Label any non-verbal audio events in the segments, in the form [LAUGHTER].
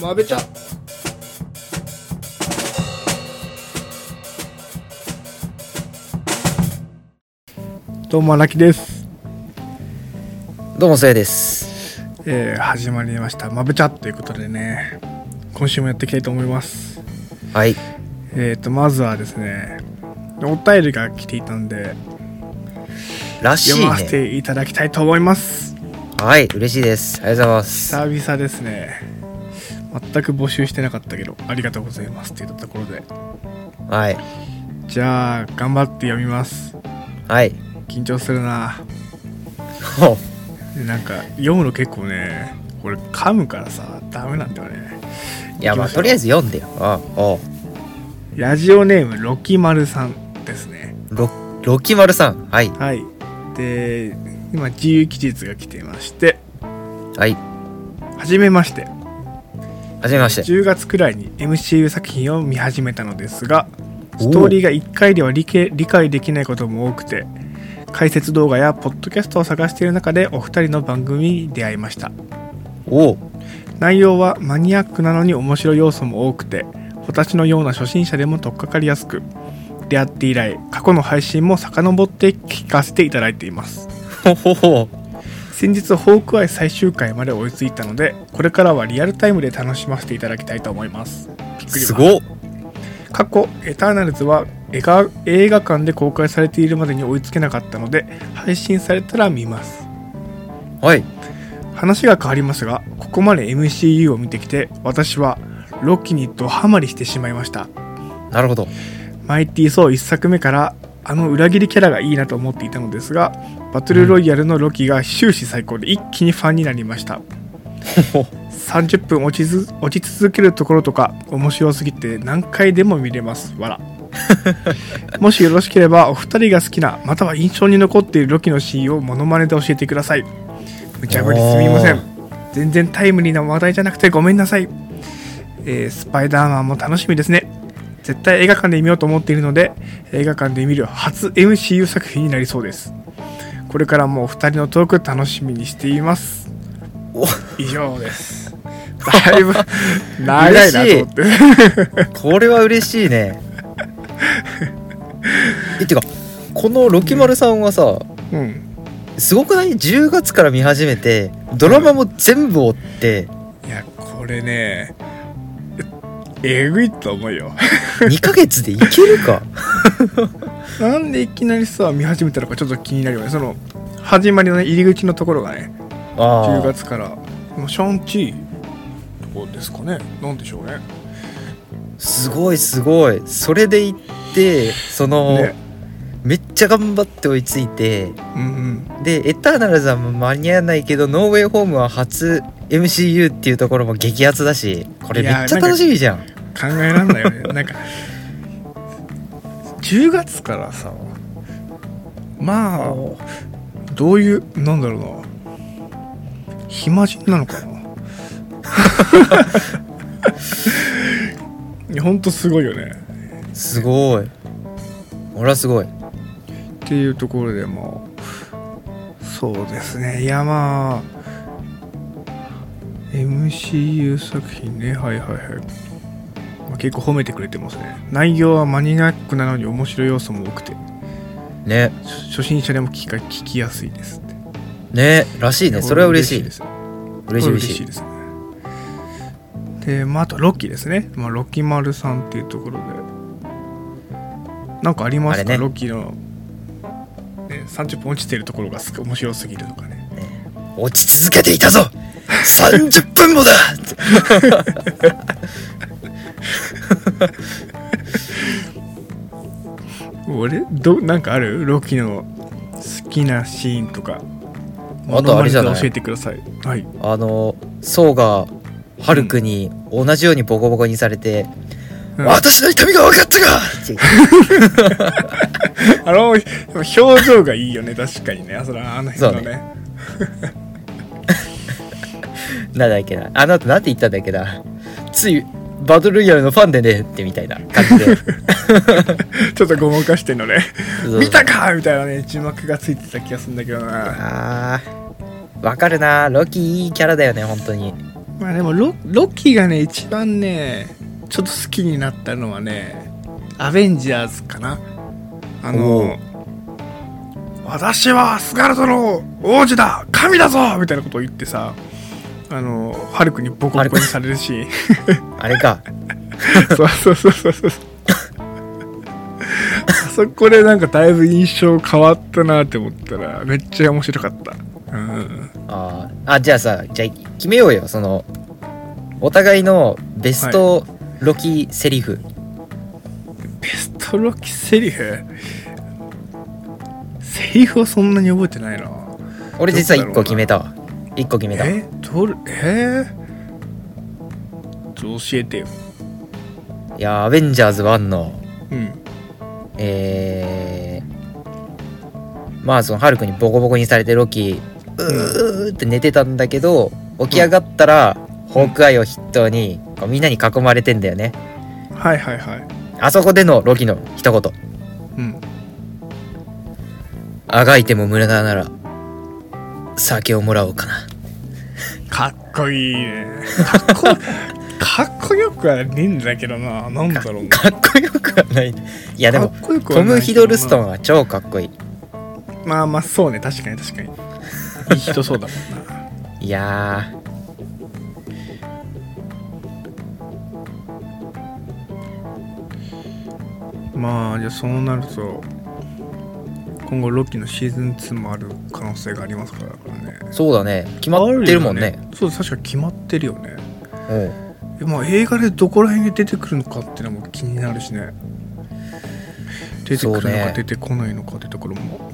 まべちゃどうも荒木です、どうも、せいです。えー、始まりましたまぶちゃということでね今週もやっていきたいと思いますはい。えっ、ー、とまずはですねお便りが来ていたんでらしい読ませね。ていただきたいと思います、はい、嬉しいです。ありがとうございます。久々ですね全く募集してなかったけどありがとうございますって言ったところではい。じゃあ頑張って読みますはい。緊張するなほうでなんか読むの結構ね俺噛むからさダメなんだよねいや、まあ、行きしょとうりあえず読んでよ。あ、おうラジオネームロキマルさんですねロ、ロキマルさん。はい。はいで今自由記述が来ていましてはい。はじめましてはじめまして。 10月くらいに MCU 作品を見始めたのですがおおストーリーが1回では理解理解できないことも多くて解説動画やポッドキャストを探している中でお二人の番組に出会いましたおおう内容はマニアックなのに面白い要素も多くて私のような初心者でも取っかかりやすく出会って以来過去の配信も遡って聞かせていただいていますほほほ。先日ホークアイ最終回まで追いついたのでこれからはリアルタイムで楽しませていただきたいと思いますびっくりすごっ。過去エターナルズは映画映画館で公開されているまでに追いつけなかったので配信されたら見ますはい。話が変わりますがここまで MCU を見てきて私はロッキにドハマりしてしまいましたなるほど。マイティー・ソー1作目からあの裏切りキャラがいいなと思っていたのですがバトルロイヤルのロキが終始最高で一気にファンになりましたほほ。 30分落ちず落ち続けるところとか面白すぎて何回でも見れますわらもしよろしければお二人が好きなまたは印象に残っているロキのシーンをモノマネで教えてください無茶ぶりすみませんおー全然タイムリーな話題じゃなくてごめんなさい、えースパイダーマンも楽しみですね絶対映画館で見ようと思っているので映画館で見る初 MCU 作品になりそうですこれからもお二人のトーク楽しみにしていますお以上ですだいぶ長いなと思ってこれは嬉しいね。え、てか、このロキマルさんはさ、うんすごくない ?10 月から見始めて、ドラマも全部追って、いやこれねええぐいと思うよ [LAUGHS] 2ヶ月でいけるか。なんでいきなりさ見始めたのかちょっと気になるよねその始まりのね入り口のところがねああ。 10月からもうシャンチーとこですかねなんでしょうねすごいすごいそれで行ってその、ねめっちゃ頑張って追いついてうんうんでエターナルズは間に合わないけどノーウェイホームは初 MCU っていうところも激アツだしこれいめやーっちゃ楽しみじゃん考えらんないよねなんか10月からさまあどういうなんだろうな暇人なのかないやほんとすごいよねすごい俺はすごいっていうところでもそうですねいやまあ MCU 作品ねはいはいはい、まあ、結構褒めてくれてますね内容はマニアックなのに面白い要素も多くてね初初心者でも聞きか聞きやすいですってねらしいねそれは嬉しいです嬉しいこれ嬉しいですねでまああとロッキーですね、まあ、ロキマルさんっていうところでなんかありますあか、れねロッキーの、ね、30分落ちてるところがす面白すぎるとかね落ち続けていたぞ30分もだ俺どなんかあるロッキーの好きなシーンとかあとあれじゃないモノマネで教えてくださいはいあのソウがハルクに同じようにボコボコにされて、うん私の痛みが分かったかってあの表情がいいよね確かにねあそのあの辺のそうねなんだっけなあなたなんて言ったんだっけなついバトルロイヤルのファンでねってみたいな感 [LAUGHS] じでちょっとごまかしてんのねうん見たかみたいなね字幕がついてた気がするんだけどなあーわかるなロキいいキャラだよね本当にまあでもロロッキーがね一番ねちょっと好きになったのはねアベンジャーズかなあおのう私はスカルトの王子だ神だぞみたいなことを言ってさあのハルクにボコボコにされるしあれか。 [LAUGHS] そうそうそうそうそうあそこでなんかだいぶ印象変わったなって思ったらめっちゃ面白かったうんあーあ、じゃあさ、じゃあ決めようよ。その、お互いのベストロキセリフ。ベストロキセリフセリフはそんなに覚えてないな俺実はど1うだろうな個決めたわ。1個決めたわ。えどれえー、教えてよいやーアベンジャーズ1の、うんえー、まあそのハルクにボコボコにされてロキうーうーって寝てたんだけど起き上がったら、ホークアイを筆頭にこうみんなに囲まれてんだよねはいはいはいあそこでのロキの一言うん「あがいても無駄なら酒をもらおうかなかっこいいねかっこかっこよくはねえんだけどななん」だろうなかっこよくはないいやでもかっこよくはトないけどなム・ヒドルストンは超かっこいいまあまあそうね確かに [LAUGHS] 確かにいい人そうだもんないやまあじゃあそうなると今後ロッキーのシーズン2もある可能性がありますからねーそうだね決まってるもんあねよそう確か決まってるよねうんえまあ映画でどこら辺で出てくるのかっていうのも気になるしね出てくるのそうねか出てこないのかってところも、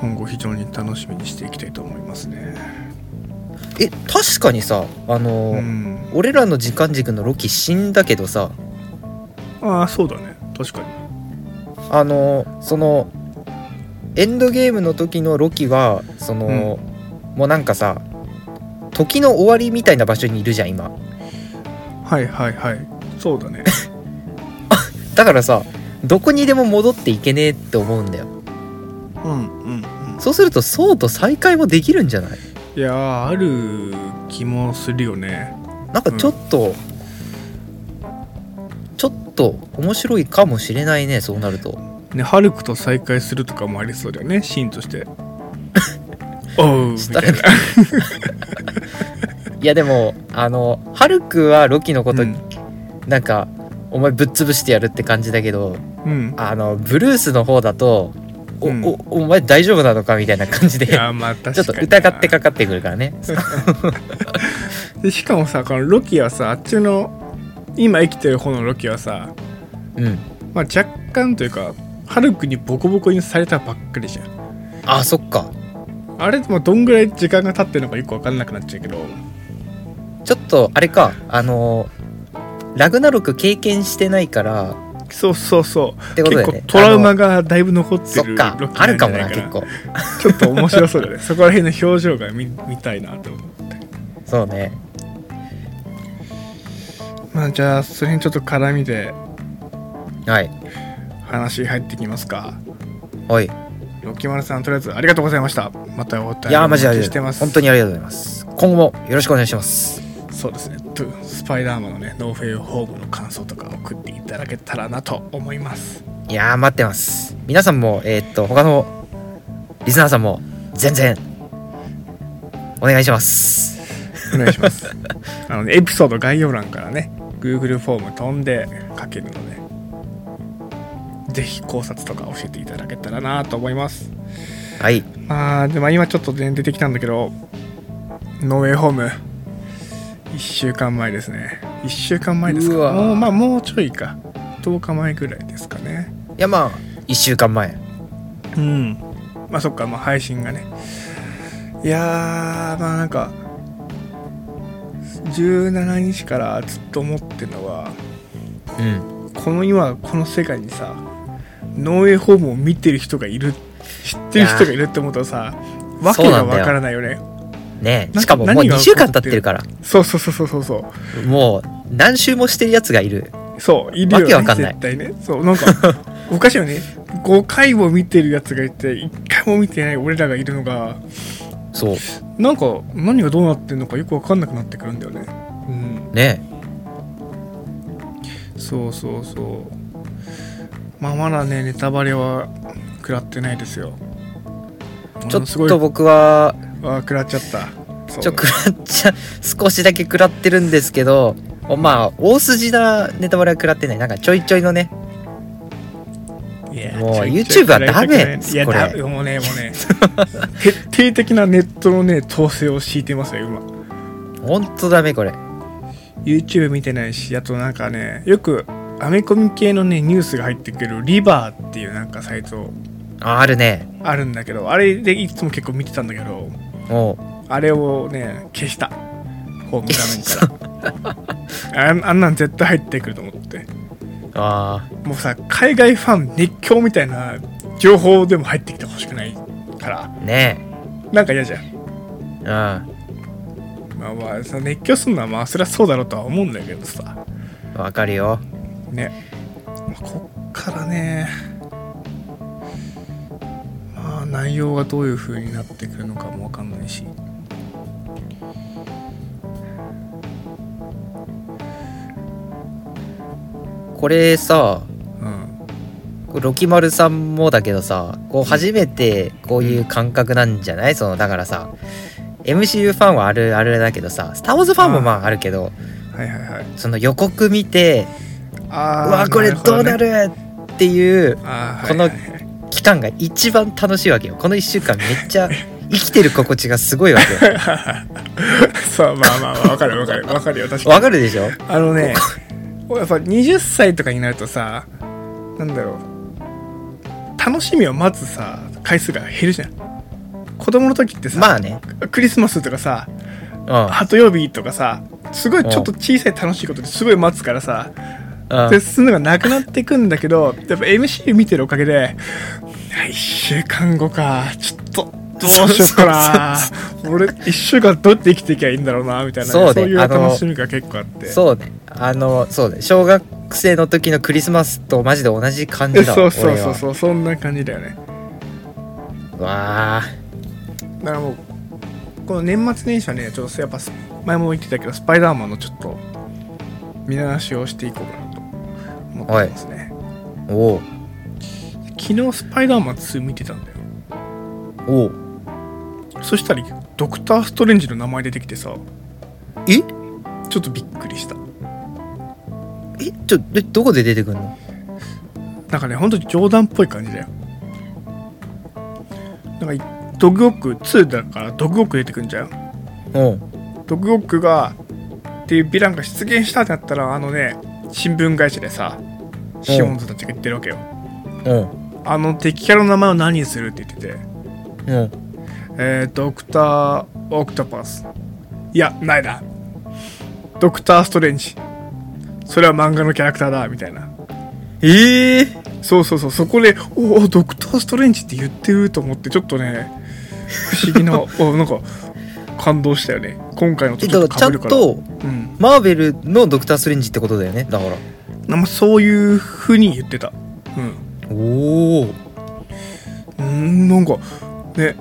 今後非常に楽しみにしていきたいと思いますねえ確かにさあのうーん俺らの時間軸のロキ死んだけどさああそうだね確かにあのーそのエンドゲームの時のロキはその、もうなんかさ時の終わりみたいな場所にいるじゃん今はいはいはいそうだ [LAUGHS] ねだからさどこにでも戻っていけねえって思うんだようんうんうんそうするとそうと再会もできるんじゃないいやーある気もするよねなんかちょっと、ちょっと面白いかもしれないねそうなるとねハルクと再会するとかもありそうだよねシーンとして [LAUGHS] おうみたいないやでもあのハルクはロキのこと、うんなんかお前ぶっ潰してやるって感じだけど [LAUGHS] うんあのブルースの方だとお,、うんおお前大丈夫なのかみたいな感じでい [LAUGHS] ちょやまあ確かにっと疑ってかかってくるからねでしかもさこのロキはさあっちの今生きてる方のロキはさ、うんまあ、若干というかハルクにボコボコにされたばっかりじゃんあそっかあれもうどんぐらい時間が経ってるのかよく分かんなくなっちゃうけどちょっとあれかあのラグナロク経験してないからそうそうそうってことだよね結構トラウあマのがだいぶ残ってそるっロキなかんじゃいあるかもな結構 [LAUGHS] ちょっと面白そうだねそこら辺の表情が見見たいなと思うそうねまあじゃあそれにちょっと絡みではい話入ってきますかはいロキマルさんとりあえずありがとうございましたまたお便りいやーおマジ待ちでしてます本当にありがとうございます今後もよろしくお願いしますそうですねとスパイダーマンのねノーフェイホームの感想とか送っていただけたらなと思いますいやー待ってます皆さんもえーっと他のリスナーさんも全然お願いしますお願いします [LAUGHS] あの、ね、エピソード概要欄からね Google フォーム飛んで書けるのでぜひ考察とか教えていただけたらなと思いますはいまあでも今ちょっとね出てきたんだけどノーウェイホーム1週間前ですね1週間前ですかうわもうまあもうちょいか10日前ぐらいですかねいやまあ1週間前うんまあそっかまあ配信がねいやーまあなんか17日からずっと思ってるのはうんこの今この世界にさノーエホームを見てる人がいる知ってる人がいるって思うとさわけそうながんだわよからないよねねなしかももう何が2週間経ってるからそうそうそうそうそうそうもう何週もしてるやつがいるそういるよねわけわかんない絶対ねそうなんか [LAUGHS] おかしいよね5回も見てるやつがいて1回も見てない俺らがいるのがそうなんか何がどうなってんのかよく分かんなくなってくるんだよねうんねそうそうそうまあまだねネタバレは食らってないですよちょうんすごいっと僕はあ食らっちゃったそうちょ食らっちゃ少しだけ食らってるんですけどまあ大筋なネタバレは食らってないなんかちょいちょいのねいやもうちょい YouTube はダメちょいちょい食らいたくないこいやだもうねも [LAUGHS] うね徹底的なネットのね統制を敷いてますよ今ほんとダメこれ YouTube 見てないしあとなんかねよくアメコミ系のねニュースが入ってくるリバーっていうなんかサイトああるねあるんだけどあれでいつも結構見てたんだけどもあれをね消したホーム [LAUGHS] 画面からああんなん絶対入ってくると思ってうあもうさ海外ファン熱狂みたいな情報でも入ってきてほしくないからあねなんか嫌じゃんえうんまあまあさ熱狂するのはまあそりゃそうだろうとは思うんだけどさわかるよね、まあこっからねまあ内容がどういう風になってくるのかもわかんないしこれさうんロキマルさんもだけどさこう初めてこういう感覚なんじゃないそのだからさ MCU ファンはあるあるだけどさ「スター・ウォーズ」ファンもまああるけどはいはいはいその予告見て「あうーわこれどうなるる!」っていうほどねあーこのはいはいはい期間が一番楽しいわけよこの1週間めっちゃ生きてる心地がすごいわけよ [LAUGHS] そうまあまあまあわかるわかるわかるよ確かにわかるで [LAUGHS] しょあのねやっぱ20歳とかになるとさなんだろう楽しみを待つさ回数が減るじゃん子供の時ってさ、まあねクリスマスとかさう鳩曜日とかさすごいちょっと小さい楽しいことですごい待つからさん、うでん、進むのがなくなってくんだけどやっぱ MC 見てるおかげで1週間後かちょっとどうしようかな俺1週間どうやって生きていけばいいんだろうなみたいなね、そうねそういうあの楽しみが結構あってそうねあのそうね小学生の時のクリスマスとマジで同じ感えじだそわうそう俺そはうそうそんな感じだよねわあだからもうこの年末年始はねちょっとやっぱス前も言ってたけどスパイダーマンのちょっと見直しをしていこうかなと思ってますね、おう昨日スパイダーマン2見てたんだよおうそしたらドクター・ストレンジの名前出てきてさえちょっとびっくりしたえちょでどこで出てくんのなんかねほんと冗談っぽい感じだよなんかドグオック2だからドグオック出てくんじゃんおうドグオックがっていうヴィランが出現したってなったらあのね新聞会社でさシオンズたちが言ってるわけよ、おうあの敵キャラの名前を何にするって言ってておうえー、ドクター・オクトパスいやないなドクター・ストレンジそれは漫画のキャラクターだみたいなええそうそうそうそこでおおドクター・ストレンジって言ってると思ってちょっとね不思議な [LAUGHS] おなんか感動したよね今回のとえちょだっかと被らちゃんるからとうんマーベルのドクター・ストレンジってことだよねだからまあ、そういうふうに言ってた。おおうん。うん、なんか、ね。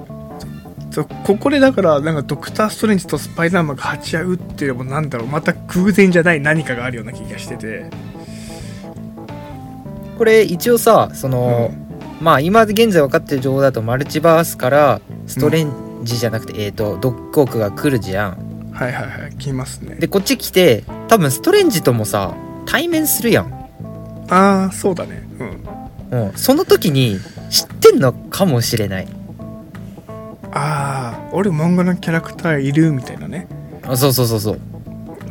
そうここでだから、なんかドクター・ストレンジとスパイダーマンが鉢合うっていうのもなんだろう、また偶然じゃない何かがあるような気がしてて。これ一応さその、まあ今現在分かってる情報だとマルチバースからストレンジじゃなくて、えっ、とドッグオークが来るじゃんはいはいはい、聞きますね。でこっち来て多分ストレンジともさ対面するやん、ああ、そうだね。うん。うん、その時に知ってんのかもしれないああ、俺漫画のキャラクターいるみたいなね。あそうそうそうそう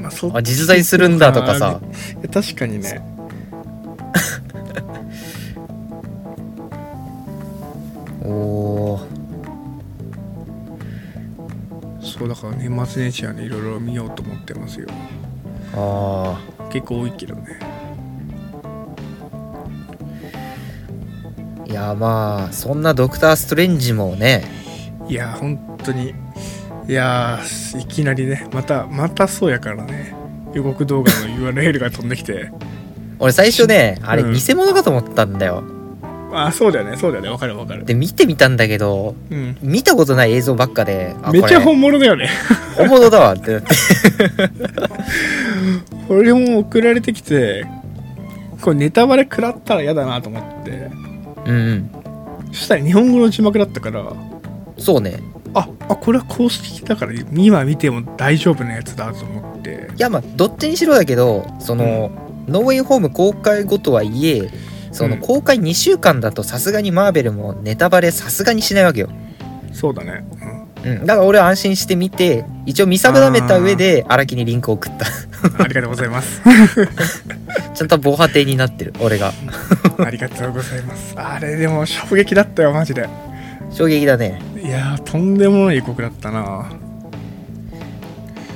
まあ、そあ実在するんだとかさあー。ね確かにね。おおーそうだから年末年始はね、いろいろ見ようと思ってますよ。あー結構多いけどね。いやまあそんなドクター・ストレンジもねいやー本当にいやーいきなりねまたまたそうやからね予告動画の URL が飛んできて俺最初ねあれうん偽物かと思ったんだよ、ああそうだよねそうだよねわかるわかるで見てみたんだけどうん見たことない映像ばっかであめっちゃこれ本物だよね [LAUGHS] 本物だわってなって [LAUGHS] 俺も送られてきてこれネタバレ食らったら嫌だなと思ってうん、うん、そしたら日本語の字幕だったからそうねああこれは公式だから今見ても大丈夫なやつだと思っていやまあどっちにしろだけどその、ノーウェイホーム公開後とはいえそうのん公開2週間だとさすがにマーベルもネタバレさすがにしないわけよ、そうだね、うん、だから俺は安心して見て一応見定めた上で荒木にリンクを送った [LAUGHS] うん、ありがとうございますちゃんと防波堤になってる俺がありがとうございますあれでも衝撃だったよマジで衝撃だねいやーとんでもない異国だったな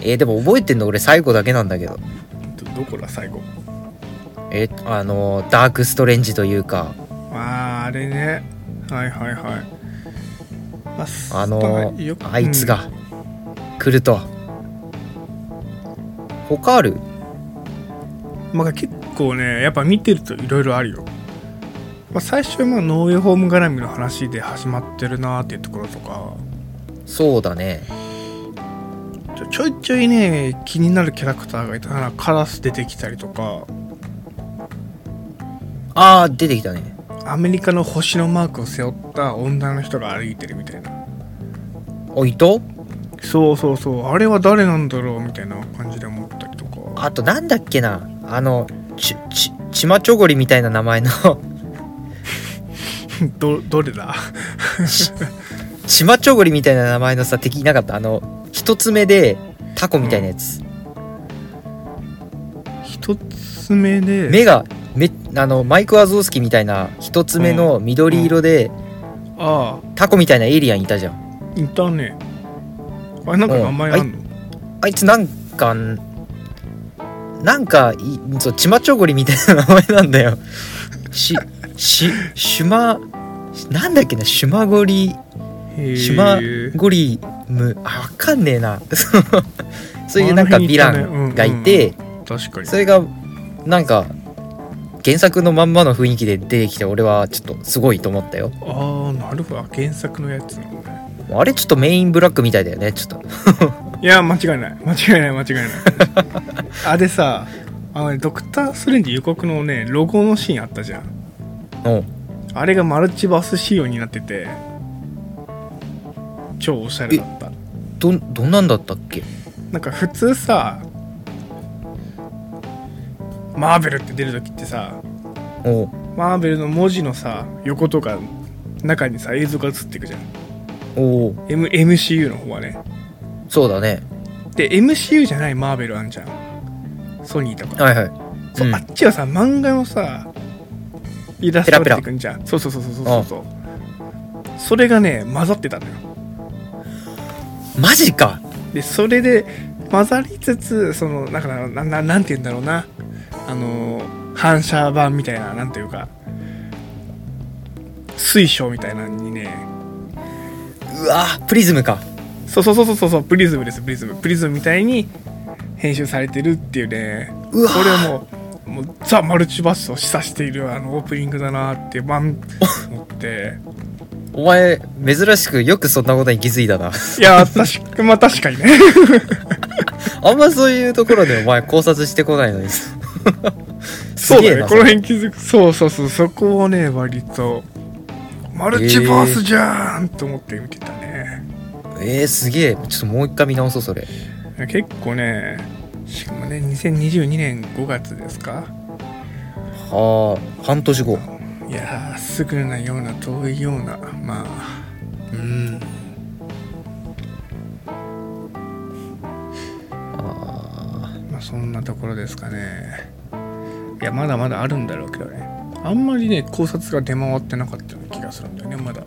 えーでも覚えてんの俺最後だけなんだけどどどこだ最後えーあのーダークストレンジというかあーあれねはいはいはいあすあのーよくあいつが来ると、他あるうんまあ、結構ねやっぱ見てるといろいろあるよ、まあ、最初はまあノーウェイホーム絡みの話で始まってるなーっていうところとかそうだねちょちょいちょいね気になるキャラクターがいたなカラス出てきたりとかああ出てきたねアメリカの星のマークを背負った女の人が歩いてるみたいなおいとそうそうそうあれは誰なんだろうみたいな感じで思ったりとか [LAUGHS] あとなんだっけなあのちちちまちょごりみたいな名前のどどれだちちまちょごりみたいな名前のさ敵いなかったあの一つ目でタコみたいなやつ、一つ目で目がめあのマイク・ワゾースキみたいな一つ目の緑色で、あタコみたいなエイリアンいたじゃんあいたねあれなんか名前あんの、あいつなんかなんかいそうちまちょごりみたいな名前なんだよししシュマなんだっけなシュマゴリへえシュマゴリムあわかんねえな [LAUGHS] そうそういうなんかあの辺ヴィにいたラねンがいて、確かにそれがなんか原作のまんまの雰囲気で出てきて俺はちょっとすごいと思ったよああなるほど原作のやつなんだねあれちょっとメインブラックみたいだよねちょっといや間違いない間違いない間違い [LAUGHS] ないあでさあのねドクター・ストレンジ予告のねロゴのシーンあったじゃんうんあれがマルチバース仕様になってて超おしゃれだったどんどんなんだったっけなんか普通さマーベルって出る時ってさおうマーベルの文字のさ横とか中にさ映像が映っていくじゃん、おう M、MCU の方はねそうだねで MCU じゃないマーベルあんじゃんソニーとか、はいはいそううんあっちはさ漫画のさイラストが出てくんじゃんそうそうそうそうそうそうそれがね混ざってたのよマジかでそれで混ざりつつそのなんかなななんて言うんだろうなあのー反射板みたいななんていうか水晶みたいなのにねうわプリズムかそうそうそうそうそうそうプリズムですプリズムプリズムみたいに編集されてるっていうねうわこれはもうもうザ・マルチバースを示唆しているあのオープニングだなってまん思ってお前珍しくよくそんなことに気づいた [LAUGHS] ないや確かまあ確かにねあんまそういうところでお前考察してこないの [LAUGHS] にすそうげだえねなこの辺気づくそうそうそうそこをね割とマルチバースじゃーんと思って見てたね、えー、すげえちょっともう一回見直そうそれ結構ねしかもね2022年5月ですかはあ半年後いやーすぐなような遠いようなまあうんあまあそんなところですかねいやまだまだあるんだろうけどねあんまりね考察が出回ってなかったような気がするんだよねまだー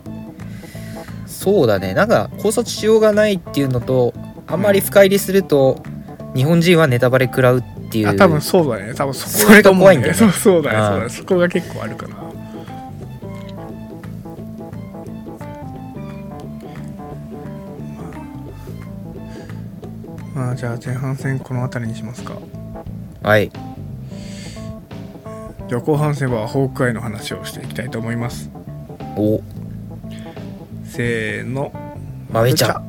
そうだねなんか考察しようがないっていうのとあんまり深入りすると、日本人はネタバレ食らうっていうあ多分そうだね多分そこそれが怖いんだねよ [LAUGHS] そうねそうだねあーそうだねそこが結構あるかなまあじゃあ前半戦この辺りにしますかはいじゃあ後半戦はホークアイの話をしていきたいと思いますおせーの豆茶